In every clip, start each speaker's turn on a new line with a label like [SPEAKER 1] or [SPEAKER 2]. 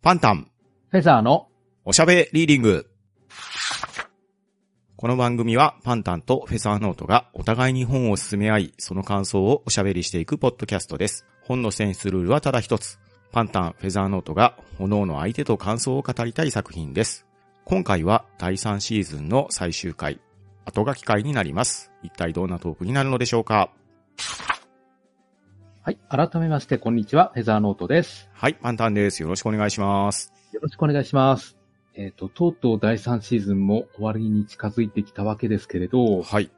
[SPEAKER 1] パンタン、
[SPEAKER 2] フェザーの
[SPEAKER 1] おしゃべリーディング。この番組はパンタンとフェザーノートがお互いに本を進め合い、その感想をおしゃべりしていくポッドキャストです。本の選出ルールはただ一つ。パンタン、フェザーノートが、各々の相手と感想を語りたい作品です。今回は第3シーズンの最終回、後書き会になります。一体どんなトークになるのでしょうか
[SPEAKER 2] はい。改めまして、こんにちは。フェザーノートです。
[SPEAKER 1] はい、パンタンです。よろしくお願いします。
[SPEAKER 2] よろしくお願いします。えっ、と、とうとう第3シーズンも終わりに近づいてきたわけですけれど、
[SPEAKER 1] はい。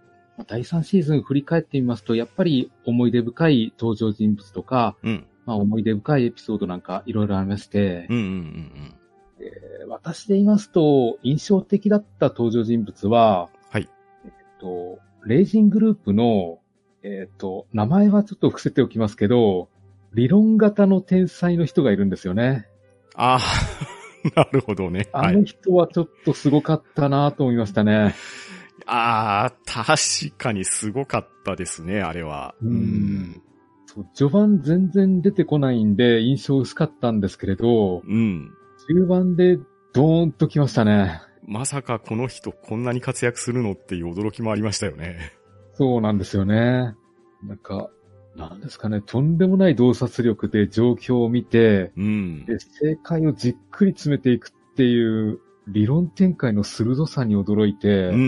[SPEAKER 2] 第3シーズン振り返ってみますと、やっぱり思い出深い登場人物とか、
[SPEAKER 1] うん。
[SPEAKER 2] まあ思い出深いエピソードなんかいろいろありまして、
[SPEAKER 1] うんうんうん
[SPEAKER 2] えー私で言いますと、印象的だった登場人物は、
[SPEAKER 1] はい。
[SPEAKER 2] えっ、と、レイジングループの、えっ、と、名前はちょっと伏せておきますけど、理論型の天才の人がいるんですよね。
[SPEAKER 1] うん。ああ、 なるほどね。は
[SPEAKER 2] あ
[SPEAKER 1] い
[SPEAKER 2] の人はちょっとすごかったなと思いましたね。
[SPEAKER 1] ああ、確かにすごかったですね、あれは。
[SPEAKER 2] うん。そう序盤全然出てこないんで印象薄かったんですけれど、
[SPEAKER 1] うん。
[SPEAKER 2] 中盤でドーンときましたね。
[SPEAKER 1] まさかこの人こんなに活躍するのっていう驚きもありましたよね。
[SPEAKER 2] そうなんですよね。なんか、なんですかね、とんでもない洞察力で状況を見て、
[SPEAKER 1] うん。
[SPEAKER 2] で正解をじっくり詰めていくっていう理論展開の鋭さに驚いて、
[SPEAKER 1] うんうんう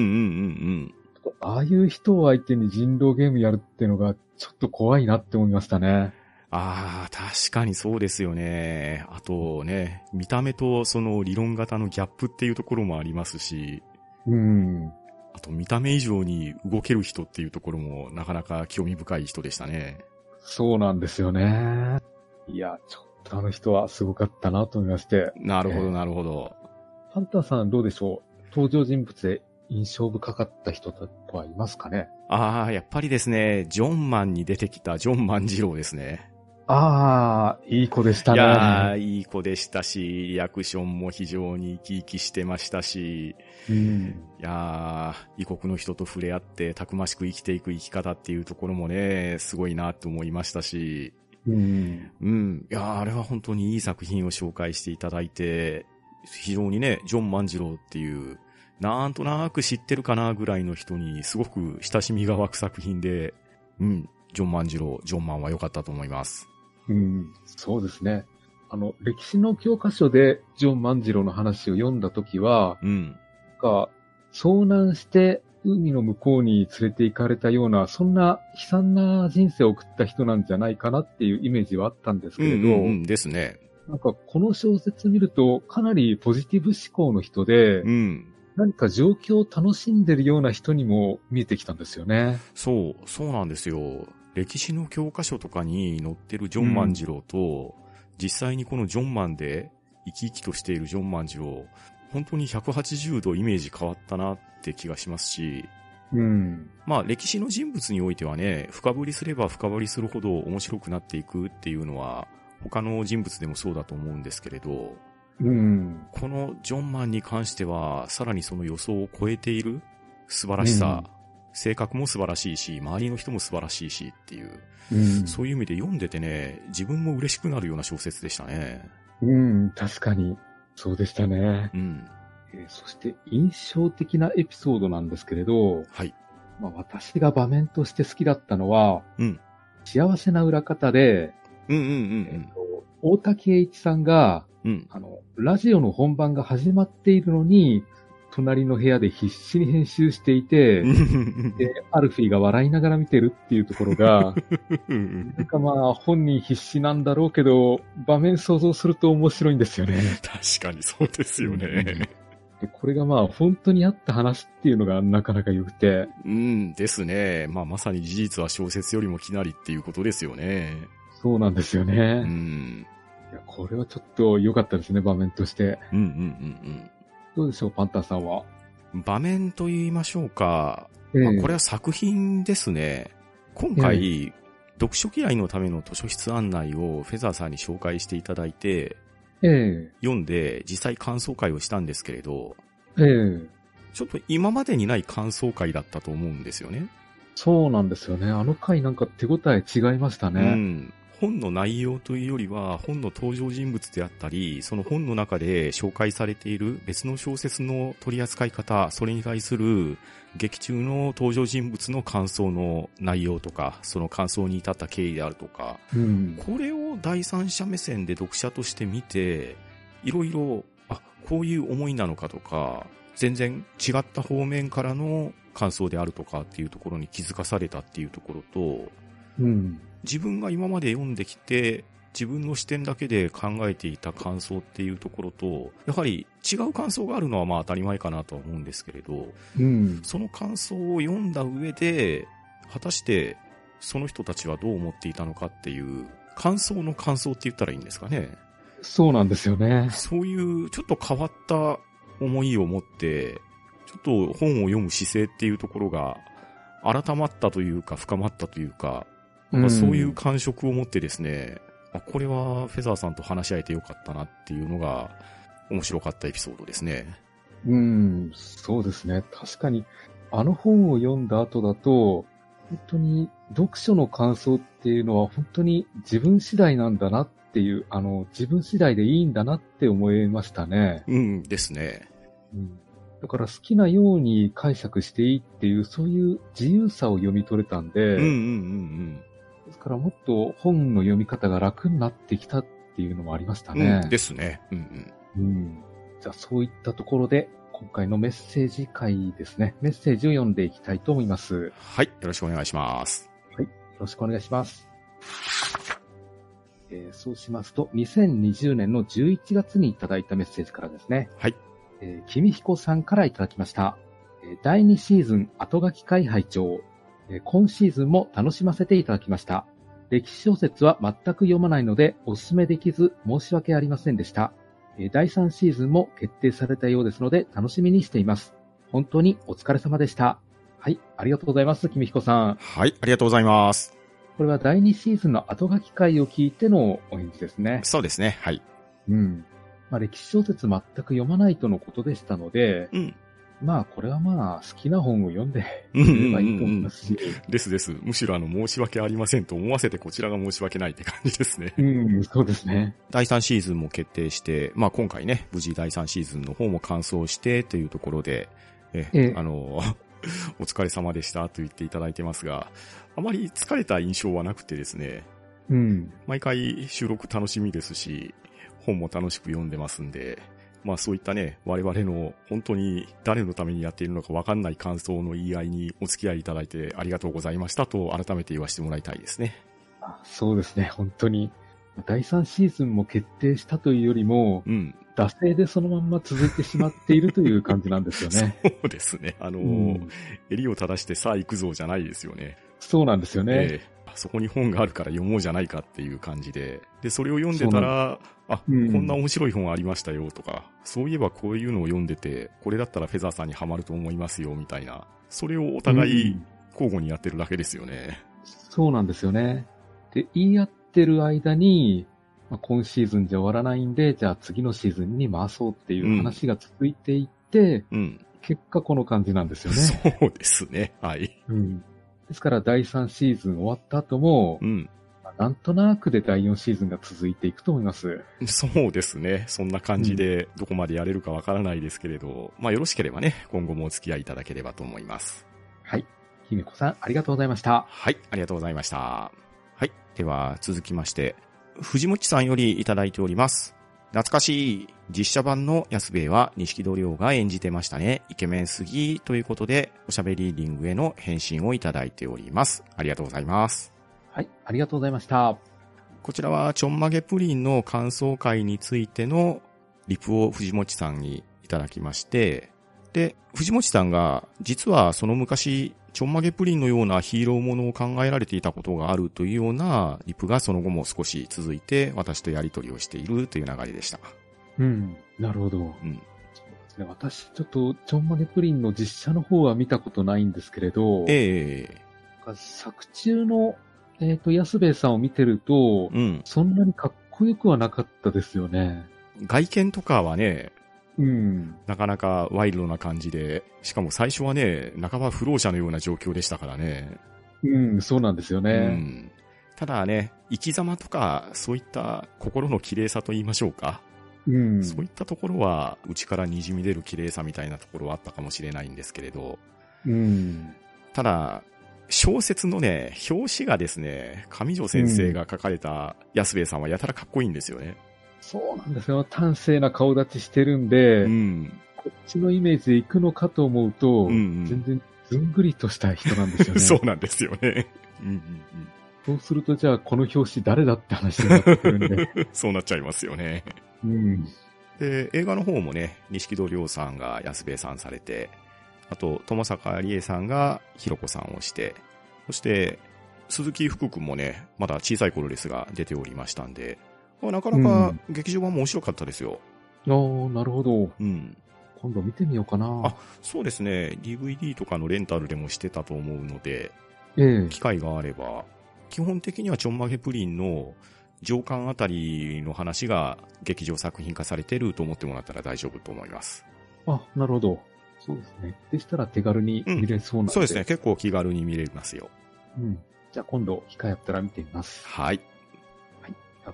[SPEAKER 1] ん
[SPEAKER 2] ああいう人を相手に人狼ゲームやるっていうのがちょっと怖いなって思いましたね。
[SPEAKER 1] ああ、確かにそうですよね。あとね、見た目とその理論型のギャップっていうところもありますし、
[SPEAKER 2] うん。
[SPEAKER 1] あと見た目以上に動ける人っていうところもなかなか興味深い人でしたね。
[SPEAKER 2] そうなんですよね。いや、ちょっとあの人はすごかったなと思いまして。
[SPEAKER 1] なるほ
[SPEAKER 2] え
[SPEAKER 1] ど、
[SPEAKER 2] え
[SPEAKER 1] なるほど。
[SPEAKER 2] ハンターさんどうでしょう登場人物で印象深かった人とはいますかね
[SPEAKER 1] ああ、やっぱりですね、ジョンマンに出てきたジョン万次郎ですね。
[SPEAKER 2] ああ、いい子でした
[SPEAKER 1] い
[SPEAKER 2] ね。
[SPEAKER 1] やー、いい子でしたし、リアクションも非常に生き生きしてましたし、
[SPEAKER 2] うん。
[SPEAKER 1] いやー、異国の人と触れ合って、たくましく生きていく生き方っていうところもね、すごいなと思いましたし、
[SPEAKER 2] うん。
[SPEAKER 1] うん。いやー、あれは本当にいい作品を紹介していただいて、非常にね、ジョン万次郎っていう、なんとなく知ってるかなぐらいの人に、すごく親しみが湧く作品で、うん、ジョン万次郎、ジョンマンは良かったと思います。
[SPEAKER 2] うん。そうですね。あの、歴史の教科書でジョン万次郎の話を読んだときは、
[SPEAKER 1] うん。
[SPEAKER 2] なんか、遭難して海の向こうに連れて行かれたような、そんな悲惨な人生を送った人なんじゃないかなっていうイメージはあったんですけれど、
[SPEAKER 1] うんうん、ですね。
[SPEAKER 2] なんかこの小説見るとかなりポジティブ思考の人で、
[SPEAKER 1] うん。
[SPEAKER 2] 何か状況を楽しんでるような人にも見えてきたんですよね。
[SPEAKER 1] そう、そうなんですよ。歴史の教科書とかに載ってるジョン万次郎と、実際にこのジョンマンで生き生きとしているジョン万次郎、本当に180度イメージ変わったなって気がしますし、
[SPEAKER 2] うん。
[SPEAKER 1] まあ歴史の人物においてはね、深掘りすれば深掘りするほど面白くなっていくっていうのは、他の人物でもそうだと思うんですけれど、
[SPEAKER 2] うん。
[SPEAKER 1] このジョンマンに関しては、さらにその予想を超えている素晴らしさ、性格も素晴らしいし、周りの人も素晴らしいしっていう、
[SPEAKER 2] うん。
[SPEAKER 1] そういう意味で読んでてね、自分も嬉しくなるような小説でしたね。
[SPEAKER 2] うん、確かに。そうでしたね、
[SPEAKER 1] うん。
[SPEAKER 2] えーそして印象的なエピソードなんですけれど、
[SPEAKER 1] はい。
[SPEAKER 2] まあ、私が場面として好きだったのは、
[SPEAKER 1] うん
[SPEAKER 2] 幸せな裏方で、
[SPEAKER 1] うんうんう
[SPEAKER 2] えっと大滝栄一さんが、
[SPEAKER 1] うん。うん。
[SPEAKER 2] あの、ラジオの本番が始まっているのに、隣の部屋で必死に編集していて、で、アルフィーが笑いながら見てるっていうところが、なんかまあ本人必死なんだろうけど、場面想像すると面白いんですよね。
[SPEAKER 1] 確かにそうですよね。
[SPEAKER 2] でこれがまあ本当にあった話っていうのがなかなか良くて、
[SPEAKER 1] うんですね。まあまさに事実は小説よりもきなりっていうことですよね。
[SPEAKER 2] そうなんですよ
[SPEAKER 1] う
[SPEAKER 2] ね。
[SPEAKER 1] ん。
[SPEAKER 2] いやこれはちょっと良かったですね、場面として。
[SPEAKER 1] うんうんうんうん。
[SPEAKER 2] どうでしょう、パンタンさんは。
[SPEAKER 1] 場面と言いましょうか。
[SPEAKER 2] え
[SPEAKER 1] まあこれは作品ですね。今回、読書嫌いのための図書室案内をフェザーさんに紹介していただいて、
[SPEAKER 2] え
[SPEAKER 1] 読んで実際感想会をしたんですけれど、
[SPEAKER 2] えええ
[SPEAKER 1] ちょっと今までにない感想会だったと思うんですよね。
[SPEAKER 2] そうなんですよね。あの回なんか手応え違いました
[SPEAKER 1] う
[SPEAKER 2] ね。
[SPEAKER 1] ん。本の内容というよりは、本の登場人物であったり、その本の中で紹介されている別の小説の取り扱い方、それに対する劇中の登場人物の感想の内容とか、その感想に至った経緯であるとか、
[SPEAKER 2] うん。
[SPEAKER 1] これを第三者目線で読者として見て、いろいろ、あ、こういう思いなのかとか、全然違った方面からの感想であるとかっていうところに気づかされたっていうところと、
[SPEAKER 2] うん。
[SPEAKER 1] 自分が今まで読んできて、自分の視点だけで考えていた感想っていうところと、やはり違う感想があるのはまあ当たり前かなとは思うんですけれど、
[SPEAKER 2] うん。
[SPEAKER 1] その感想を読んだ上で、果たしてその人たちはどう思っていたのかっていう、感想の感想って言ったらいいんですかね。
[SPEAKER 2] そうなんですよね。
[SPEAKER 1] そういうちょっと変わった思いを持って、ちょっと本を読む姿勢っていうところが、改まったというか深まったというか、まあそういう感触を持ってですね、あこれはフェザーさんと話し合えてよかったなっていうのが面白かったエピソードですね。
[SPEAKER 2] うん、そうですね。確かに、あの本を読んだ後だと、本当に読書の感想っていうのは本当に自分次第なんだなっていう、あの、自分次第でいいんだなって思いましたね。
[SPEAKER 1] うんですね。
[SPEAKER 2] うん、だから好きなように解釈していいっていう、そういう自由さを読み取れたんで、
[SPEAKER 1] うんうんうん
[SPEAKER 2] ですからもっと本の読み方が楽になってきたっていうのもありました
[SPEAKER 1] うん。
[SPEAKER 2] ね。
[SPEAKER 1] うんですね。うんうん。
[SPEAKER 2] うん。じゃあそういったところで、今回のメッセージ会ですね。メッセージを読んでいきたいと思います。よ
[SPEAKER 1] はい。よろしくお願いします。
[SPEAKER 2] ろしくお願いします。えーそうしますと、2020年の11月にいただいたメッセージからですね。
[SPEAKER 1] はい。
[SPEAKER 2] えー、君彦さんからいただきました。えー第2シーズン後書き会拝聴、えー今シーズンも楽しませていただきました。歴史小説は全く読まないのでお勧めできず申し訳ありませんでした。えー第3シーズンも決定されたようですので楽しみにしています。本当にお疲れ様でした。はい、ありがとうございます、君彦さん。
[SPEAKER 1] はい。ありがとうございます。
[SPEAKER 2] これは第2シーズンの後書き会を聞いてのお返事ですね。
[SPEAKER 1] そうですね。はい。
[SPEAKER 2] うん。まあ、歴史小説全く読まないとのことでしたので、
[SPEAKER 1] うん。
[SPEAKER 2] まあ、これはまあ、好きな本を読んで
[SPEAKER 1] うん
[SPEAKER 2] いれ
[SPEAKER 1] うん
[SPEAKER 2] ば
[SPEAKER 1] う
[SPEAKER 2] いいと思い
[SPEAKER 1] ん
[SPEAKER 2] ま。すし、
[SPEAKER 1] ですです。むしろあの、申し訳ありませんと思わせてこちらが申し訳ないって感じですね。
[SPEAKER 2] うん、そうですね。
[SPEAKER 1] 第3シーズンも決定して、まあ今回ね、無事第3シーズンの方も完走してというところで、え、
[SPEAKER 2] ええ
[SPEAKER 1] あの、 お疲れ様でしたと言っていただいてますが、あまり疲れた印象はなくてですね、
[SPEAKER 2] うん。
[SPEAKER 1] 毎回収録楽しみですし、本も楽しく読んでますんで、まあそういったね、我々の本当に誰のためにやっているのかわかんない感想の言い合いにお付き合いいただいてありがとうございましたと改めて言わせてもらいたいですね。
[SPEAKER 2] あそうですね、本当に。第3シーズンも決定したというよりも、
[SPEAKER 1] うん。
[SPEAKER 2] 惰性でそのまんま続いてしまっているという感じなんですよね。
[SPEAKER 1] そうですね。あの、
[SPEAKER 2] うん、
[SPEAKER 1] 襟を正してさあ行くぞじゃないですよね。
[SPEAKER 2] そうなんですよね。
[SPEAKER 1] ええそこに本があるから読もうじゃないかっていう感じで。で、それを読んでたら、あ、
[SPEAKER 2] うん
[SPEAKER 1] こんな面白い本ありましたよとか、そういえばこういうのを読んでて、これだったらフェザーさんにはまると思いますよみたいな。それをお互
[SPEAKER 2] う
[SPEAKER 1] い
[SPEAKER 2] ん
[SPEAKER 1] 交互にやってるだけですよね。
[SPEAKER 2] そうなんですよね。で、言い合ってる間に、まあ、今シーズンじゃ終わらないんで、じゃあ次のシーズンに回そうっていう話が続いていって、
[SPEAKER 1] うん。
[SPEAKER 2] 結果この感じなんですよね。
[SPEAKER 1] そうですね。はい。
[SPEAKER 2] うん。ですから第3シーズン終わった後も、
[SPEAKER 1] うん。
[SPEAKER 2] まあなんとなくで第4シーズンが続いていくと思います。
[SPEAKER 1] そうですね。そんな感じで、どこまでやれるかわからないですけれど、まあよろしければね、今後もお付き合いいただければと思います。
[SPEAKER 2] はい。姫子さん、ありがとうございました。
[SPEAKER 1] はい、ありがとうございました。はい、では続きまして、藤持さんよりいただいております。懐かしい実写版の安兵衛は錦戸亮が演じてましたね。イケメンすぎということで、おしゃべりリングへの返信をいただいております。ありがとうございます。
[SPEAKER 2] はい。ありがとうございました。
[SPEAKER 1] こちらはちょんまげプリンの感想会についてのリプを藤持さんにいただきまして、で、藤持さんが実はその昔、ちょんまげプリンのようなヒーローものを考えられていたことがあるというようなリプがその後も少し続いて私とやりとりをしているという流れでした。
[SPEAKER 2] うん。なるほど。
[SPEAKER 1] うん。
[SPEAKER 2] そうですね私、ちょっと、ちょんまげプリンの実写の方は見たことないんですけれど、
[SPEAKER 1] ええ
[SPEAKER 2] なんか作中の、えっ、と、安兵衛さんを見てると、
[SPEAKER 1] うん。
[SPEAKER 2] そんなにかっこよくはなかったですよね。
[SPEAKER 1] 外見とかはね、
[SPEAKER 2] うん。
[SPEAKER 1] なかなかワイルドな感じで、しかも最初はね、半ば不老者のような状況でしたからね。
[SPEAKER 2] うん、そうなんですよ
[SPEAKER 1] う
[SPEAKER 2] ね。
[SPEAKER 1] んただね、生き様とか、そういった心の綺麗さと言いましょうか。
[SPEAKER 2] うん。
[SPEAKER 1] そういったところは、内から滲み出る綺麗さみたいなところはあったかもしれないんですけれど、
[SPEAKER 2] うん。
[SPEAKER 1] ただ、小説のね、表紙がですね、上条先生が書かれた安兵衛さんはやたらかっこいいんですよね。
[SPEAKER 2] そうなんですよ。端正な顔立ちしてるんで、
[SPEAKER 1] うん。
[SPEAKER 2] こっちのイメージで行くのかと思うと、
[SPEAKER 1] うんうん
[SPEAKER 2] 全然ずんぐりとした人なんですよ ね。
[SPEAKER 1] そうなんですよね。うんうん
[SPEAKER 2] そうすると、じゃあこの表紙誰だって話になってくるん で。
[SPEAKER 1] うん、そうなっちゃいますよね。
[SPEAKER 2] うん。
[SPEAKER 1] で、映画の方もね、錦戸亮さんが安兵衛さんされて、あと、友坂理恵さんがひろこさんをして、そして、鈴木福君もね、まだ小さい頃ですが出ておりましたんで、まあなかなか劇場版も面白かったですよ。
[SPEAKER 2] ああ、なるほど。
[SPEAKER 1] うん。
[SPEAKER 2] 今度見てみようかな。
[SPEAKER 1] あそうですね、DVD とかのレンタルでもしてたと思うので、
[SPEAKER 2] ええ。
[SPEAKER 1] 機会があれば、基本的にはちょんまげプリンの上巻あたりの話が劇場作品化されてると思ってもらったら大丈夫と思います。
[SPEAKER 2] あ、なるほど。そうですね。でしたら手軽に見れそうなので、
[SPEAKER 1] そうですね。。結構気軽に見れますよ。
[SPEAKER 2] うん。じゃあ今度、機会あったら見てみます。
[SPEAKER 1] はい。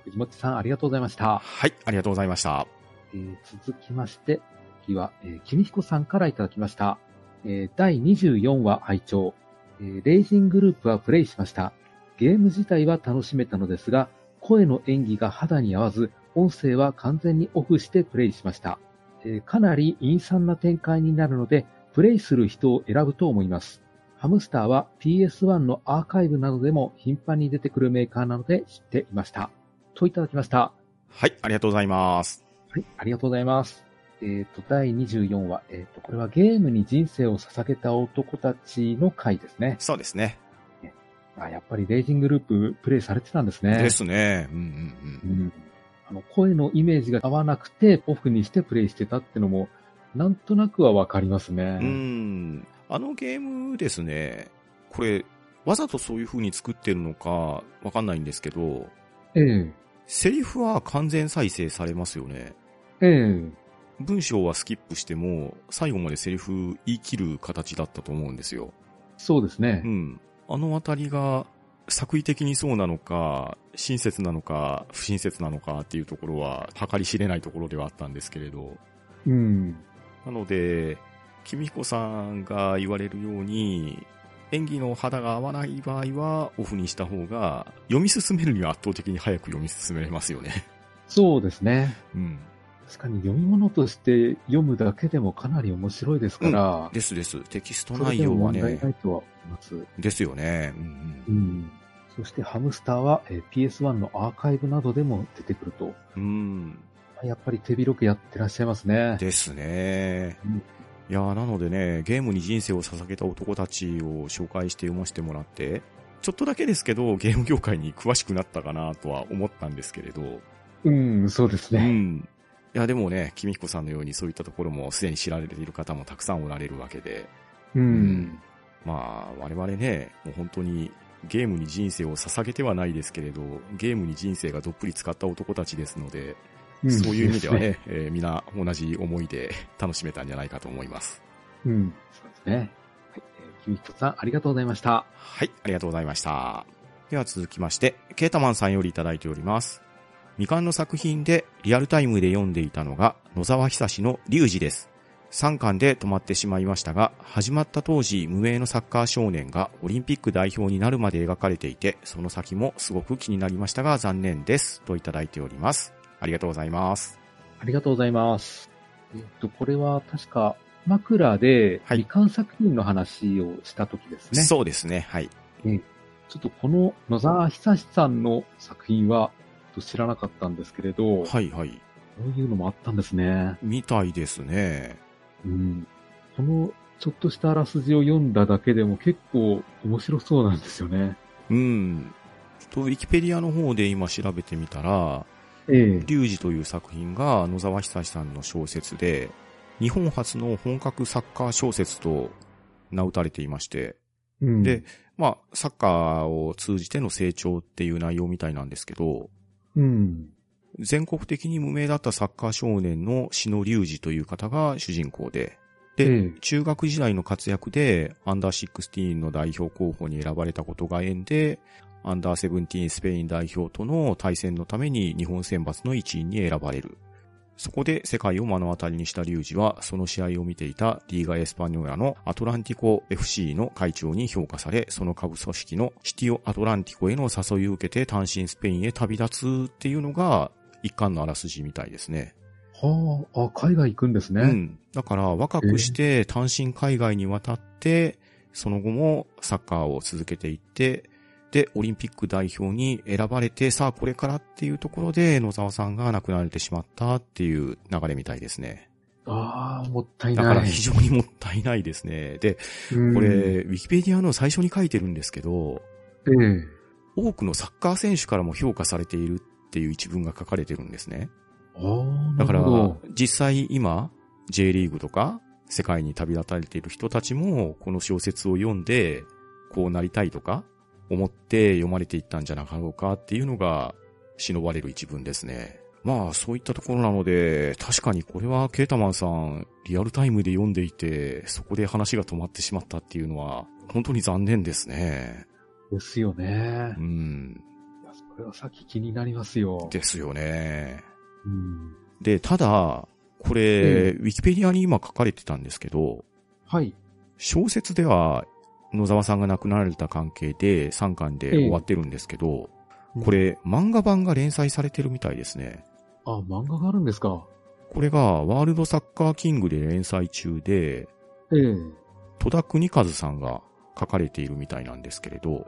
[SPEAKER 2] 藤本さん、ありがとうございました。
[SPEAKER 1] はい。ありがとうございました。
[SPEAKER 2] えー続きまして、次は、えー、君彦さんからいただきました。えー第24話拝聴、えーレイジングループはプレイしました。ゲーム自体は楽しめたのですが、声の演技が肌に合わず、音声は完全にオフしてプレイしました。えーかなり陰惨な展開になるので、プレイする人を選ぶと思います。ハムスターは PS1 のアーカイブなどでも頻繁に出てくるメーカーなので知っていました。といただきました。
[SPEAKER 1] はい。ありがとうございます。
[SPEAKER 2] はい、ありがとうございます。えっ、と、第24話、えっ、と、これはゲームに人生を捧げた男たちの回ですね。
[SPEAKER 1] そうですね。
[SPEAKER 2] あやっぱりレイジングループプレイされてたんですね。
[SPEAKER 1] ですね。うん
[SPEAKER 2] う
[SPEAKER 1] うんうん。
[SPEAKER 2] ん。あの、声のイメージが合わなくて、オフにしてプレイしてたってのも、なんとなくはわかりますね。
[SPEAKER 1] うん。あのゲームですね、これ、わざとそういう風に作ってるのか、わかんないんですけど、
[SPEAKER 2] え
[SPEAKER 1] セリフは完全再生されますよね。
[SPEAKER 2] え、え
[SPEAKER 1] 文章はスキップしても、最後までセリフ言い切る形だったと思うんですよ。
[SPEAKER 2] え、そうですね。
[SPEAKER 1] うん。あのあたりが、作為的にそうなのか、親切なのか、不親切なのかっていうところは、計り知れないところではあったんですけれど。
[SPEAKER 2] うん。
[SPEAKER 1] なので、君彦さんが言われるように、演技の肌が合わない場合は、オフにした方が、読み進めるには圧倒的に早く読み進めれますよね。
[SPEAKER 2] そうですね。
[SPEAKER 1] うん。
[SPEAKER 2] 確かに読み物として読むだけでもかなり面白いですから、
[SPEAKER 1] ですです。テキスト
[SPEAKER 2] それ
[SPEAKER 1] 内
[SPEAKER 2] でも
[SPEAKER 1] 容は
[SPEAKER 2] 問題
[SPEAKER 1] ね
[SPEAKER 2] な、いとは思います。
[SPEAKER 1] ですよね。うん
[SPEAKER 2] うん。そしてハムスターはえー PS1 のアーカイブなどでも出てくると。
[SPEAKER 1] うん。うん。
[SPEAKER 2] やっぱり手広くやってらっしゃいますね。
[SPEAKER 1] ですね
[SPEAKER 2] うん。
[SPEAKER 1] いやーなのでね、ゲームに人生を捧げた男たちを紹介して読ませてもらって、ちょっとだけですけど、ゲーム業界に詳しくなったかなとは思ったんですけれど、
[SPEAKER 2] うん、そうです
[SPEAKER 1] う
[SPEAKER 2] ね。
[SPEAKER 1] ん。いや、でもね、君彦さんのようにそういったところもすでに知られている方もたくさんおられるわけで、
[SPEAKER 2] うん。
[SPEAKER 1] まあ、我々ね、もう本当にゲームに人生を捧げてはないですけれど、ゲームに人生がどっぷり使った男たちですので、
[SPEAKER 2] ん
[SPEAKER 1] そういう意味では。 ね、えー皆同じ思いで楽しめたんじゃないかと思います。
[SPEAKER 2] うん、そうですね。はい。えー、君彦さん、ありがとうございました。
[SPEAKER 1] はい、ありがとうございました。では続きまして、ケータマンさんよりいただいております。未完の作品でリアルタイムで読んでいたのが野沢久志のリュウジです。3巻で止まってしまいましたが、始まった当時無名のサッカー少年がオリンピック代表になるまで描かれていて、その先もすごく気になりましたが残念です。といただいております。ありがとうございます。
[SPEAKER 2] ありがとうございます。えっ、と、これは確か、枕で
[SPEAKER 1] はい
[SPEAKER 2] 未完作品の話をした時ですね。
[SPEAKER 1] そうですね、はい。
[SPEAKER 2] ちょっとこの野沢久志さんの作品は、ちょっと知らなかったんですけれど、こ
[SPEAKER 1] はいはい。
[SPEAKER 2] ういうのもあったんですね。
[SPEAKER 1] みたいですね。
[SPEAKER 2] うんこのちょっとしたあらすじを読んだだけでも結構面白そうなんですよね。
[SPEAKER 1] うん。ちょっとウィキペディアの方で今調べてみたら、
[SPEAKER 2] ええ。
[SPEAKER 1] リュウジという作品が野沢久志さんの小説で、日本初の本格サッカー小説と名打たれていまして、
[SPEAKER 2] うん、
[SPEAKER 1] で、まあ、サッカーを通じての成長っていう内容みたいなんですけど、
[SPEAKER 2] うん。
[SPEAKER 1] 全国的に無名だったサッカー少年の篠隆二という方が主人公で、で、
[SPEAKER 2] ええ
[SPEAKER 1] 中学時代の活躍で、アンダーシックスティーンの代表候補に選ばれたことが縁で、アンダーセブンティーンスペイン代表との対戦のために日本選抜の一員に選ばれる。そこで世界を目の当たりにしたリュウジは、その試合を見ていたリーガ・エスパニョーラのアトランティコ FC の会長に評価され、その下部組織のシティオ・アトランティコへの誘いを受けて単身スペインへ旅立つっていうのが、一貫のあらすじみたいですね。
[SPEAKER 2] はあ、あ、海外行くんですね。
[SPEAKER 1] うん。だから若くして単身海外に渡って、その後もサッカーを続けていって、で、オリンピック代表に選ばれて、さあこれからっていうところで野沢さんが亡くなれてしまったっていう流れみたいですね。
[SPEAKER 2] ああ、もったいな
[SPEAKER 1] だ
[SPEAKER 2] い。
[SPEAKER 1] から非常にもったいないですね。で、
[SPEAKER 2] うん
[SPEAKER 1] これ、ウィキペディアの最初に書いてるんですけど、
[SPEAKER 2] ええ
[SPEAKER 1] 多くのサッカー選手からも評価されているっていう一文が書かれてるんですね。
[SPEAKER 2] ああ、
[SPEAKER 1] だ
[SPEAKER 2] な
[SPEAKER 1] か
[SPEAKER 2] る
[SPEAKER 1] ら
[SPEAKER 2] ほど。、
[SPEAKER 1] 実際今、J リーグとか、世界に旅立たれている人たちも、この小説を読んで、こうなりたいとか、思って読まれていったんじゃなかろうかっていうのが、忍ばれる一文ですね。まあ、そういったところなので、確かにこれはケータマンさん、リアルタイムで読んでいて、そこで話が止まってしまったっていうのは、本当に残念ですね。
[SPEAKER 2] ですよね
[SPEAKER 1] う。ん。
[SPEAKER 2] いやそれはさっき気になりますよ。
[SPEAKER 1] ですよね。
[SPEAKER 2] うん、
[SPEAKER 1] で、ただ、これ、ウィキペディアに今書かれてたんですけど、
[SPEAKER 2] はい。
[SPEAKER 1] 小説では野沢さんが亡くなられた関係で3巻で終わってるんですけど、
[SPEAKER 2] ええ
[SPEAKER 1] これ漫画版が連載されてるみたいですね。
[SPEAKER 2] あ、漫画があるんですか。
[SPEAKER 1] これがワールドサッカーキングで連載中で、
[SPEAKER 2] ええ
[SPEAKER 1] 戸田邦和さんが書かれているみたいなんですけれど、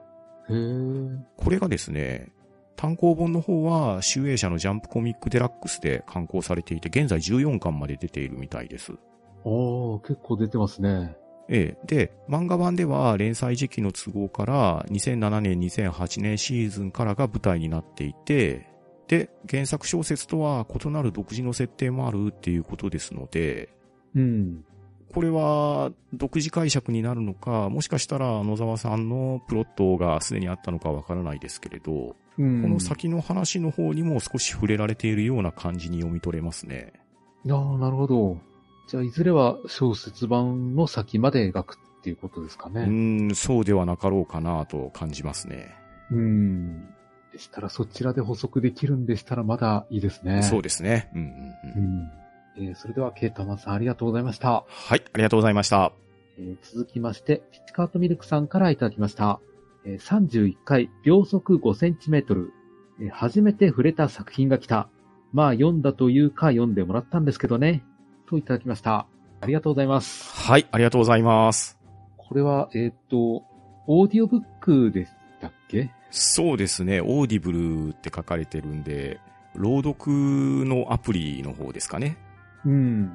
[SPEAKER 2] へえ。
[SPEAKER 1] これがですね、単行本の方は、集英社のジャンプコミックデラックスで刊行されていて、現在14巻まで出ているみたいです。
[SPEAKER 2] ああ、結構出てますね。
[SPEAKER 1] ええ。で、漫画版では連載時期の都合から2007年2008年シーズンからが舞台になっていて、で、原作小説とは異なる独自の設定もあるっていうことですので、
[SPEAKER 2] うん。
[SPEAKER 1] これは独自解釈になるのか、もしかしたら野沢さんのプロットがすでにあったのかわからないですけれど、
[SPEAKER 2] うん、
[SPEAKER 1] この先の話の方にも少し触れられているような感じに読み取れますね。
[SPEAKER 2] いやーなるほど。じゃあ、いずれは小説版の先まで描くっていうことですか
[SPEAKER 1] う
[SPEAKER 2] ね。
[SPEAKER 1] ーん、そうではなかろうかなと感じますね。
[SPEAKER 2] うん。でしたら、そちらで補足できるんでしたら、まだいいですね。
[SPEAKER 1] そう
[SPEAKER 2] で
[SPEAKER 1] ですね。うんうんうん
[SPEAKER 2] す。うん。えーそれでは、ケータマンさんありがとうございました。
[SPEAKER 1] はい、ありがとうございました。
[SPEAKER 2] えー続きまして、ピチカートミルクさんからいただきました。えー31回、秒速5センチメートル。えー初めて触れた作品が来た。まあ、読んだというか、読んでもらったんですけどね。といただきました。ありがとうございます。
[SPEAKER 1] はい、ありがとうございます。
[SPEAKER 2] これは、えーっ、と、オーディオブックでしたっけ
[SPEAKER 1] そうですね、オーディブルって書かれてるんで、朗読のアプリの方ですかね。
[SPEAKER 2] うん。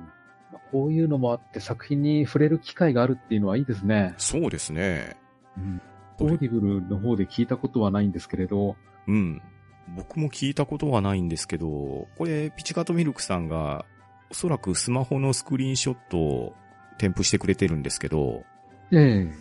[SPEAKER 2] こういうのもあって作品に触れる機会があるっていうのはいいですね。
[SPEAKER 1] そうですね。
[SPEAKER 2] オーディブルの方で聞いたことはないんですけれど、
[SPEAKER 1] うん。僕も聞いたことはないんですけど、これ、ピチカートミルクさんが、おそらくスマホのスクリーンショットを添付してくれてるんですけど、
[SPEAKER 2] ええ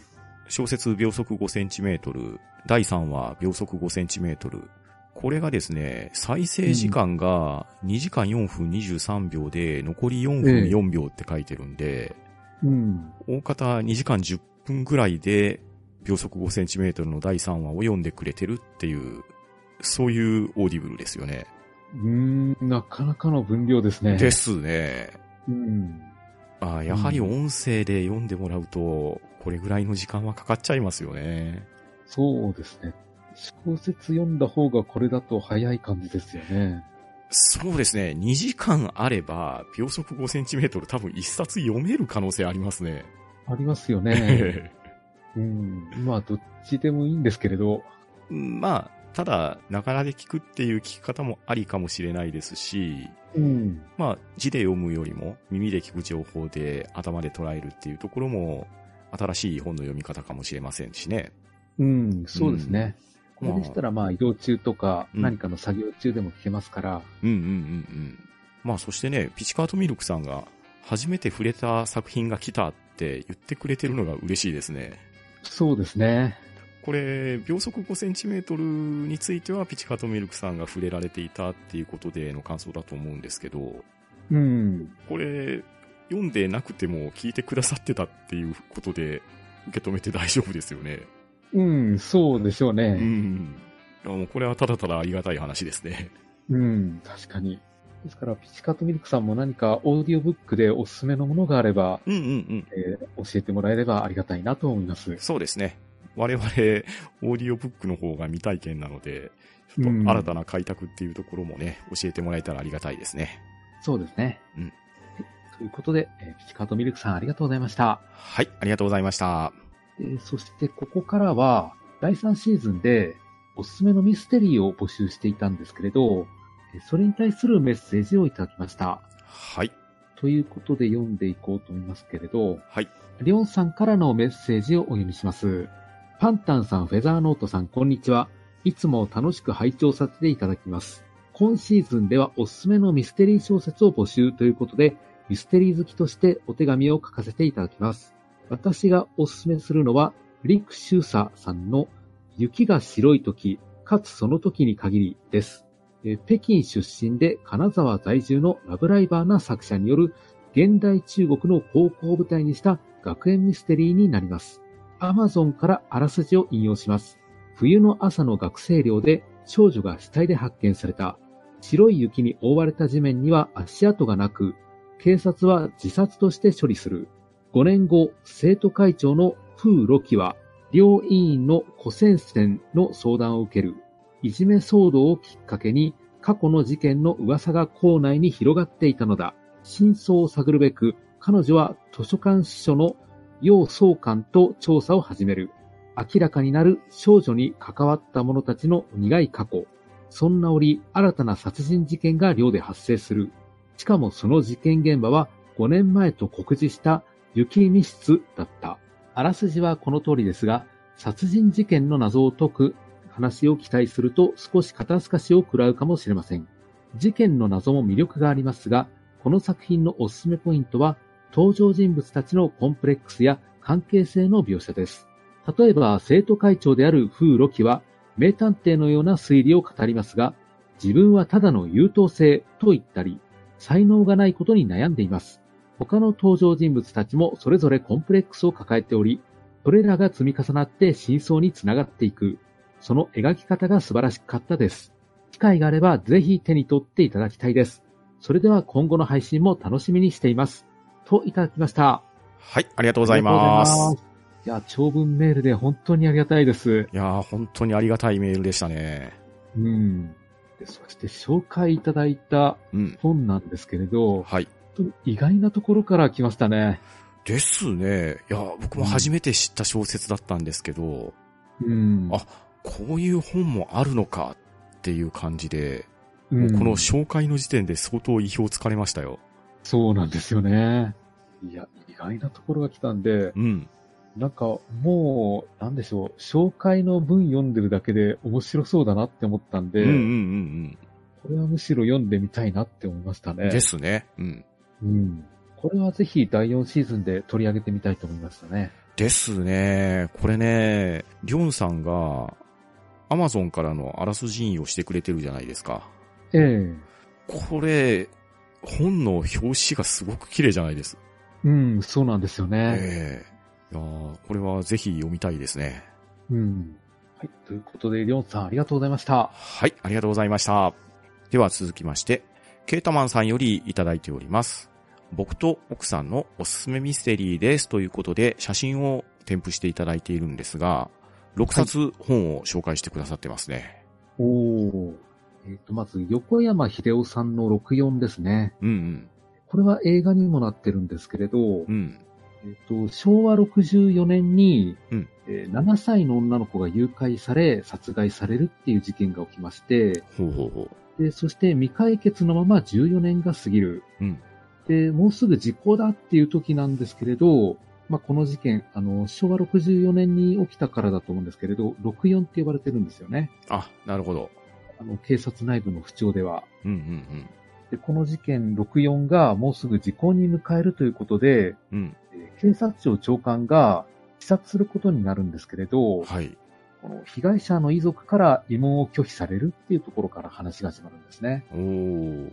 [SPEAKER 1] 小説秒速5センチメートル、第3話秒速5センチメートル。これがですね、再生時間が2時間4分23秒で、残り4分
[SPEAKER 2] ええ
[SPEAKER 1] 4秒って書いてるんで、
[SPEAKER 2] うん。
[SPEAKER 1] 大方2時間10分ぐらいで、秒速5センチメートルの第3話を読んでくれてるっていう、そういうオーディブルですよね。
[SPEAKER 2] うーん、なかなかの分量ですね。
[SPEAKER 1] で。すね。
[SPEAKER 2] うん。
[SPEAKER 1] あーやはり音声で読んでもらうと、これぐらいの時間はかかっちゃいますよね。
[SPEAKER 2] そうですね。小説読んだ方がこれだと早い感じですよね。
[SPEAKER 1] そうですね。2時間あれば、秒速5センチメートル多分1冊読める可能性ありますね。
[SPEAKER 2] ありますよね。うん。まあ、どっちでもいいんですけれど、
[SPEAKER 1] まあ、ただ、ながらで聞くっていう聞き方もありかもしれないですし、
[SPEAKER 2] うん。
[SPEAKER 1] まあ、字で読むよりも、耳で聞く情報で頭で捉えるっていうところも、新しい本の読み方かもしれませんしね。
[SPEAKER 2] うん、そうですね。こ
[SPEAKER 1] まあ
[SPEAKER 2] れでしたら、まあ、移動中とか、
[SPEAKER 1] うん
[SPEAKER 2] 何かの作業中でも聞けますから、
[SPEAKER 1] うんうんうんうん。まあ、そしてね、ピチカートミルクさんが、初めて触れた作品が来たって言ってくれてるのが嬉しいですね。
[SPEAKER 2] そうですね。
[SPEAKER 1] これ、秒速5センチメートルについては、ピチカートミルクさんが触れられていたっていうことでの感想だと思うんですけど、
[SPEAKER 2] うん。
[SPEAKER 1] これ、読んでなくても聞いてくださってたっていうことで、受け止めて大丈夫ですよね。
[SPEAKER 2] うん、そうでしょう
[SPEAKER 1] う
[SPEAKER 2] ね。
[SPEAKER 1] ん。あもうこれはただただありがたい話ですね。
[SPEAKER 2] うん、確かに。ですから、ピチカートミルクさんも何かオーディオブックでおすすめのものがあれば、
[SPEAKER 1] うんうんうん。
[SPEAKER 2] えー教えてもらえればありがたいなと思います。
[SPEAKER 1] そうですね。我々、オーディオブックの方が未体験なので、ちょっ
[SPEAKER 2] うん
[SPEAKER 1] と新たな開拓っていうところもね、教えてもらえたらありがたいですね。
[SPEAKER 2] そうですね。
[SPEAKER 1] うん
[SPEAKER 2] はいということで、えーピチカートミルクさんありがとうございました。
[SPEAKER 1] はい、ありがとうございました。
[SPEAKER 2] えーそしてここからは、第3シーズンでおすすめのミステリーを募集していたんですけれど、えーそれに対するメッセージをいただきました。
[SPEAKER 1] はい、
[SPEAKER 2] ということで読んでいこうと思いますけれど、
[SPEAKER 1] はい、
[SPEAKER 2] リオンさんからのメッセージをお読みします。パンタンさん、フェザーノートさん、こんにちは。いつも楽しく拝聴させていただきます。今シーズンではおすすめのミステリー小説を募集ということで、ミステリー好きとしてお手紙を書かせていただきます。私がおすすめするのは、リック・シューサーさんの雪が白い時、かつその時に限りです。えー北京出身で金沢在住のラブライバーな作者による現代中国の高校を舞台にした学園ミステリーになります。アマゾンからあらすじを引用します。冬の朝の学生寮で少女が死体で発見された。白い雪に覆われた地面には足跡がなく、警察は自殺として処理する。5年後、生徒会長の風ロキは、両委員の古戦線の相談を受ける。いじめ騒動をきっかけに、過去の事件の噂が校内に広がっていたのだ。真相を探るべく、彼女は図書館司書の楊総監と調査を始める。明らかになる少女に関わった者たちの苦い過去。そんな折、新たな殺人事件が寮で発生する。しかもその事件現場は5年前と告示した雪密室だった。あらすじはこの通りですが、殺人事件の謎を解く話を期待すると少し肩透かしを食らうかもしれません。事件の謎も魅力がありますが、この作品のおすすめポイントは、登場人物たちのコンプレックスや関係性の描写です。例えば、生徒会長である風ロキは、名探偵のような推理を語りますが、自分はただの優等生と言ったり、才能がないことに悩んでいます。他の登場人物たちもそれぞれコンプレックスを抱えており、それらが積み重なって真相につながっていく。その描き方が素晴らしかったです。機会があればぜひ手に取っていただきたいです。それでは今後の配信も楽しみにしています。といただきました。
[SPEAKER 1] はい、ありがとうございます。
[SPEAKER 2] ありがとうございます。いや、長文メールで本当にありがたいです。
[SPEAKER 1] いやー、本当にありがたいメールでしたね。
[SPEAKER 2] うん。でそして紹介いただいた
[SPEAKER 1] うん。
[SPEAKER 2] 本なんですけれど、
[SPEAKER 1] はい。
[SPEAKER 2] 本当に意外なところから来ましたね。
[SPEAKER 1] ですね。いやー、僕も初めて知った小説だったんですけど、
[SPEAKER 2] うん。
[SPEAKER 1] あこういう本もあるのかっていう感じで、
[SPEAKER 2] う
[SPEAKER 1] もうんこの紹介の時点で相当意表をつかれましたよ。
[SPEAKER 2] そうなんですよね。いや、意外なところが来たんで、
[SPEAKER 1] うん。
[SPEAKER 2] なんかもう、なんでしょう、紹介の文読んでるだけで面白そうだなって思ったんで、
[SPEAKER 1] うんうんうん
[SPEAKER 2] これはむしろ読んでみたいなって思いました
[SPEAKER 1] うん。
[SPEAKER 2] ね。
[SPEAKER 1] ですね。うん。
[SPEAKER 2] うん。これはぜひ第4シーズンで取り上げてみたいと思いましたね。
[SPEAKER 1] ですね。これね、りょんさんが、アマゾンからのあらすじ引用してくれてるじゃないですか。
[SPEAKER 2] ええ
[SPEAKER 1] これ、本の表紙がすごく綺麗じゃないです。
[SPEAKER 2] うん、そうなんですよね。
[SPEAKER 1] ええいやーこれはぜひ読みたいですね。
[SPEAKER 2] うん。はい。ということで、りょんさんありがとうございました。
[SPEAKER 1] はい、ありがとうございました。では続きまして、ケータマンさんよりいただいております。僕と奥さんのおすすめミステリーですということで写真を添付していただいているんですが、6冊本を紹介してくださってますね。
[SPEAKER 2] おお。えっ、と、まず、横山秀夫さんの64ですね。
[SPEAKER 1] うん
[SPEAKER 2] これは映画にもなってるんですけれど、
[SPEAKER 1] うん。うん。
[SPEAKER 2] えっと、昭和64年に、
[SPEAKER 1] うん
[SPEAKER 2] えー7歳の女の子が誘拐され、殺害されるっていう事件が起きまして、
[SPEAKER 1] ほうほうほ
[SPEAKER 2] でそして未解決のまま14年が過ぎる。
[SPEAKER 1] うん
[SPEAKER 2] で、もうすぐ時効だっていう時なんですけれど、まあ、この事件、あの、昭和64年に起きたからだと思うんですけれど、64って呼ばれてるんですよね
[SPEAKER 1] う。。あ、なるほど。
[SPEAKER 2] あの、警察内部の不調では。
[SPEAKER 1] うんうん
[SPEAKER 2] で、この事件64がもうすぐ時効に迎えるということで、
[SPEAKER 1] うん。うん。
[SPEAKER 2] えー警察庁長官が自殺することになるんですけれど、
[SPEAKER 1] はい。
[SPEAKER 2] この被害者の遺族から慰問を拒否されるっていうところから話が始まるんですね。
[SPEAKER 1] おー。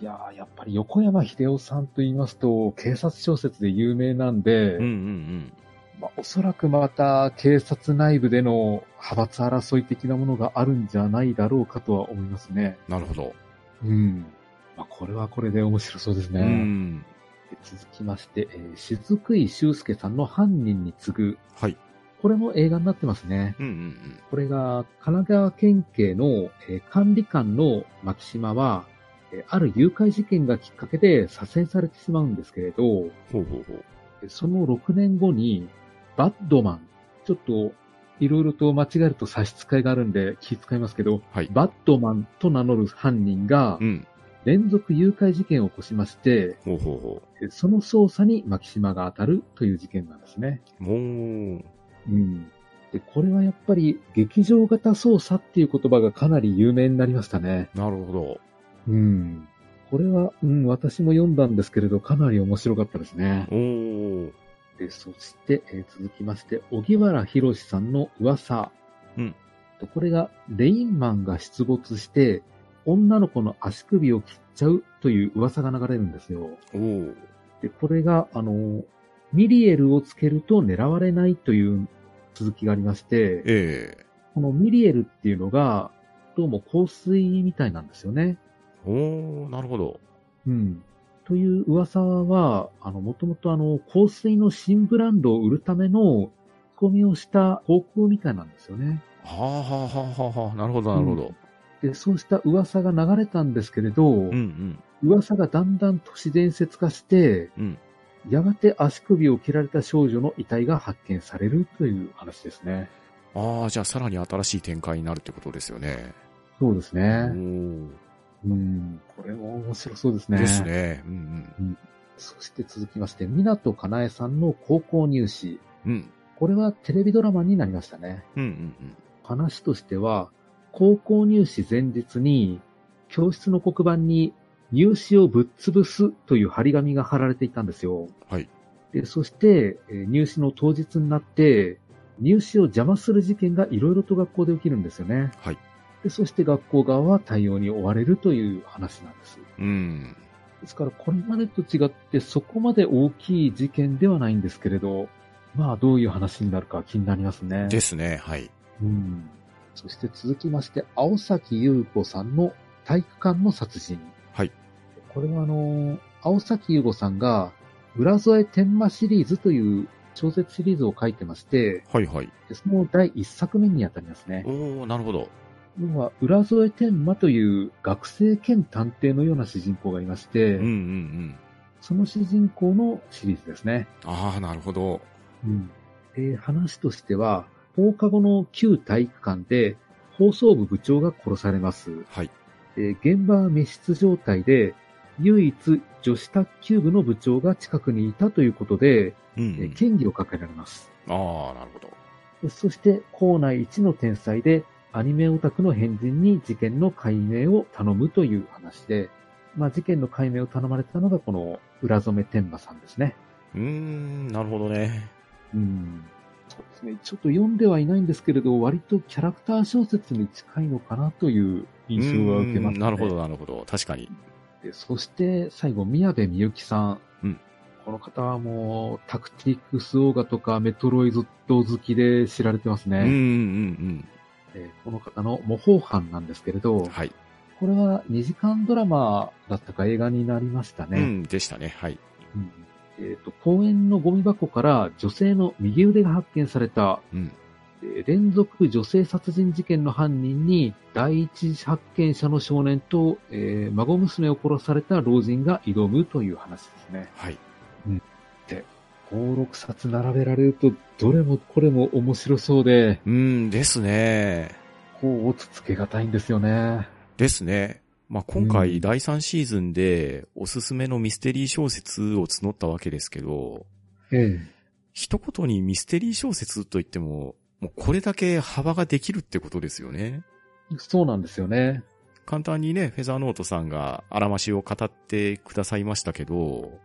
[SPEAKER 2] いやー、やっぱり横山秀夫さんと言いますと、警察小説で有名なんで、
[SPEAKER 1] うんうんうん。
[SPEAKER 2] まあ、おそらくまた警察内部での派閥争い的なものがあるんじゃないだろうかとは思いますね。
[SPEAKER 1] なるほど。
[SPEAKER 2] うん。まあ、これはこれで面白そうですね。
[SPEAKER 1] うん。
[SPEAKER 2] で続きまして、えー、雫井修介さんの犯人に次ぐ。
[SPEAKER 1] はい。
[SPEAKER 2] これも映画になってますね。
[SPEAKER 1] うんうん
[SPEAKER 2] これが、神奈川県警の、えー管理官の牧島は、えーある誘拐事件がきっかけで左遷されてしまうんですけれど、
[SPEAKER 1] うん。ほうほうほう。
[SPEAKER 2] えーその6年後に、バッドマン、ちょっと、いろいろと間違えると差し支えがあるんで気遣いますけど、
[SPEAKER 1] はい。
[SPEAKER 2] バッドマンと名乗る犯人が
[SPEAKER 1] うん。
[SPEAKER 2] 連続誘拐事件を起こしまして、
[SPEAKER 1] ほうほうほ
[SPEAKER 2] えーその捜査に牧島が当たるという事件なんですね。
[SPEAKER 1] う。もう。
[SPEAKER 2] うん。で、これはやっぱり劇場型捜査っていう言葉がかなり有名になりましたね。
[SPEAKER 1] なるほど。
[SPEAKER 2] うん。これは、うん、私も読んだんですけれど、かなり面白かったですね。
[SPEAKER 1] おー。
[SPEAKER 2] で、そして、えー続きまして、荻原博さんの噂。
[SPEAKER 1] うん
[SPEAKER 2] と。これが、レインマンが出没して、女の子の足首を切っちゃうという噂が流れるんですよ。
[SPEAKER 1] おー。
[SPEAKER 2] で、これが、あの、ミリエルをつけると狙われないという続きがありまして、
[SPEAKER 1] ええ
[SPEAKER 2] このミリエルっていうのが、どうも香水みたいなんですよね。
[SPEAKER 1] おー、なるほど。
[SPEAKER 2] うん。という噂は、あの、もともとあの、香水の新ブランドを売るための仕込みをした航空みたいなんですよね。
[SPEAKER 1] はあはあはあはあはあ。なるほど、なるほど。
[SPEAKER 2] で、そうした噂が流れたんですけれど、
[SPEAKER 1] うんうん。
[SPEAKER 2] 噂がだんだん都市伝説化して、
[SPEAKER 1] うん
[SPEAKER 2] やがて足首を切られた少女の遺体が発見されるという話ですね。
[SPEAKER 1] ああ、じゃあさらに新しい展開になるってことですよね。
[SPEAKER 2] そうです
[SPEAKER 1] お
[SPEAKER 2] ね。
[SPEAKER 1] ー。
[SPEAKER 2] うん。これも面白そうですね。
[SPEAKER 1] ですね。うん
[SPEAKER 2] そして続きまして、港かなえさんの高校入試。
[SPEAKER 1] うん。うん。
[SPEAKER 2] これはテレビドラマになりましたね。
[SPEAKER 1] うんうん
[SPEAKER 2] 話としては、高校入試前日に、教室の黒板に入試をぶっ潰すという張り紙が貼られていたんですよ。
[SPEAKER 1] はい。
[SPEAKER 2] で、そして、えー入試の当日になって、入試を邪魔する事件がいろいろと学校で起きるんですよね。
[SPEAKER 1] はい。
[SPEAKER 2] で、そして学校側は対応に追われるという話なんです。
[SPEAKER 1] うん。うん。
[SPEAKER 2] ですから、これまでと違って、そこまで大きい事件ではないんですけれど、まあ、どういう話になるか気になりますね。
[SPEAKER 1] ですね。はい。
[SPEAKER 2] うん。そして続きまして、青崎優子さんの体育館の殺人。
[SPEAKER 1] はい。
[SPEAKER 2] これはあのー、青崎優子さんが、浦添天満シリーズという小説シリーズを書いてまして、
[SPEAKER 1] はいはい。
[SPEAKER 2] でその第一作目にあたりますね
[SPEAKER 1] お。ー、なるほど。
[SPEAKER 2] 要は、浦添天満という学生兼探偵のような主人公がいまして、
[SPEAKER 1] うんうんうん。
[SPEAKER 2] その主人公のシリーズですね。
[SPEAKER 1] ああ、なるほど。
[SPEAKER 2] うん。で、話としては、放課後の旧体育館で放送部部長が殺されます。
[SPEAKER 1] はい。
[SPEAKER 2] で現場は密室状態で、唯一女子卓球部の部長が近くにいたということで、
[SPEAKER 1] うん、
[SPEAKER 2] え嫌疑をかけられます。
[SPEAKER 1] ああ、なるほど。
[SPEAKER 2] でそして、校内一の天才で、アニメオタクの変人に事件の解明を頼むという話で、まあ、事件の解明を頼まれたのが、この、浦染天馬さんですね。
[SPEAKER 1] うーん、なるほどね。
[SPEAKER 2] うんそうですね。ちょっと読んではいないんですけれど、割とキャラクター小説に近いのかなという印象は受けま
[SPEAKER 1] う
[SPEAKER 2] す、
[SPEAKER 1] ー
[SPEAKER 2] ね。
[SPEAKER 1] んなるほど、なるほど。確かに。
[SPEAKER 2] で。そして、最後、宮部みゆきさん。
[SPEAKER 1] うん
[SPEAKER 2] この方はもう、タクティクスオーガとかメトロイド好きで知られてます
[SPEAKER 1] うんうん
[SPEAKER 2] ね。
[SPEAKER 1] うん
[SPEAKER 2] えーこの方の模倣犯なんですけれど
[SPEAKER 1] うん。、はい。
[SPEAKER 2] これは2時間ドラマだったか映画になりました
[SPEAKER 1] う
[SPEAKER 2] ね。
[SPEAKER 1] ん、でしたね。はい。
[SPEAKER 2] うんえっ、と、公園のゴミ箱から女性の右腕が発見された。
[SPEAKER 1] うん。
[SPEAKER 2] えー連続女性殺人事件の犯人に第一発見者の少年と、えー孫娘を殺された老人が挑むという話ですね。
[SPEAKER 1] はい。
[SPEAKER 2] 5、6冊並べられると、どれもこれも面白そうで、
[SPEAKER 1] うーん、ですね。
[SPEAKER 2] こう、落ち着けがたいんですよね。
[SPEAKER 1] ですね。まあ、今
[SPEAKER 2] う
[SPEAKER 1] 回
[SPEAKER 2] ん
[SPEAKER 1] 第3シーズンでおすすめのミステリー小説を募ったわけですけど、
[SPEAKER 2] え
[SPEAKER 1] 一言にミステリー小説といっても、もうこれだけ幅ができるってことですよね。
[SPEAKER 2] え。そうなんですよね。
[SPEAKER 1] 簡単にね、フェザーノートさんがあらましを語ってくださいましたけど、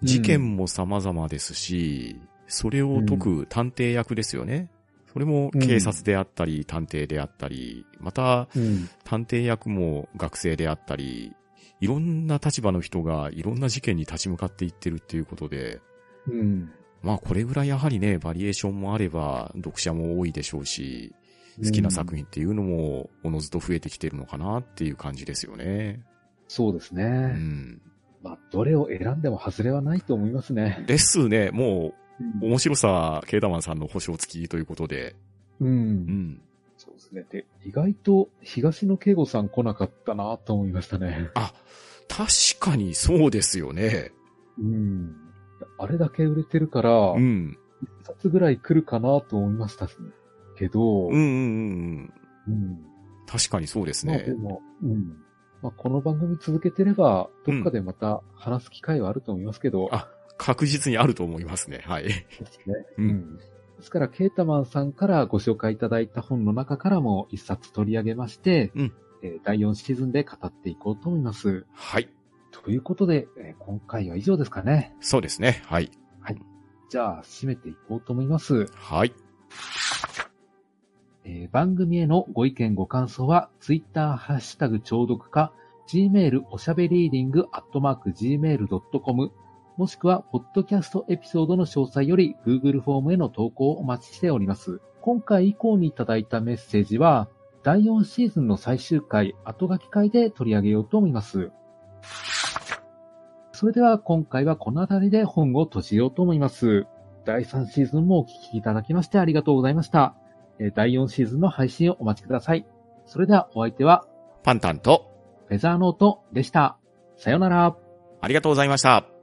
[SPEAKER 1] 事件も様々ですし、それを解く探偵役ですよね。それも警察であったり、探偵であったり、また
[SPEAKER 2] うん。
[SPEAKER 1] 探偵役も学生であったり、いろんな立場の人がいろんな事件に立ち向かっていってるっていうことで、
[SPEAKER 2] うん。
[SPEAKER 1] まあこれぐらいやはりね、バリエーションもあれば、読者も多いでしょうし、好きな作
[SPEAKER 2] 品。
[SPEAKER 1] 品っていうのも、おのずと増えてきてるのかなっていう感じですよね。
[SPEAKER 2] そうですね。
[SPEAKER 1] うん。
[SPEAKER 2] まあ、どれを選んでも外れはないと思いますね。
[SPEAKER 1] ですね、もう、面白さ、ケータマンさんの保証付きということで。
[SPEAKER 2] う。
[SPEAKER 1] うんん。
[SPEAKER 2] そうですね。で、意外と東野圭吾さん来なかったなと思いましたね。
[SPEAKER 1] あ、確かにそうですよね。
[SPEAKER 2] うん。あれだけ売れてるから、
[SPEAKER 1] う
[SPEAKER 2] 一
[SPEAKER 1] ん。
[SPEAKER 2] 冊ぐらい来るかなと思いましたけど、
[SPEAKER 1] うんうんうんうん。
[SPEAKER 2] うん
[SPEAKER 1] 確かにそうです
[SPEAKER 2] まあ
[SPEAKER 1] ね
[SPEAKER 2] で。も、うん。まあ、この番組続けてれば、どっかでまた話す機会はあると思いますけど、
[SPEAKER 1] あ確実にあると思いますね。はい。
[SPEAKER 2] ですね。
[SPEAKER 1] う
[SPEAKER 2] うんん。ですから、ケータマンさんからご紹介いただいた本の中からも一冊取り上げまして、
[SPEAKER 1] うん
[SPEAKER 2] えー第4シーズンで語っていこうと思います。
[SPEAKER 1] はい。
[SPEAKER 2] ということで、えー今回は以上ですかね。
[SPEAKER 1] そうですね。はい。
[SPEAKER 2] じゃあ、締めていこうと思います。
[SPEAKER 1] はい。
[SPEAKER 2] えー番組へのご意見ご感想は、ツイッターハッシュタグ聴読か、gmail おしゃべりーディングアットマーク gmail.com、もしくは、ポッドキャストエピソードの詳細より Google フォームへの投稿をお待ちしております。今回以降にいただいたメッセージは、第4シーズンの最終回、後書き会で取り上げようと思います。それでは今回はこの辺りで本を閉じようと思います。第3シーズンもお聞きいただきましてありがとうございました。えー第4シーズンの配信をお待ちください。それではお相手は、
[SPEAKER 1] パンタンと、
[SPEAKER 2] フェザーノートでした。さようなら。
[SPEAKER 1] ありがとうございました。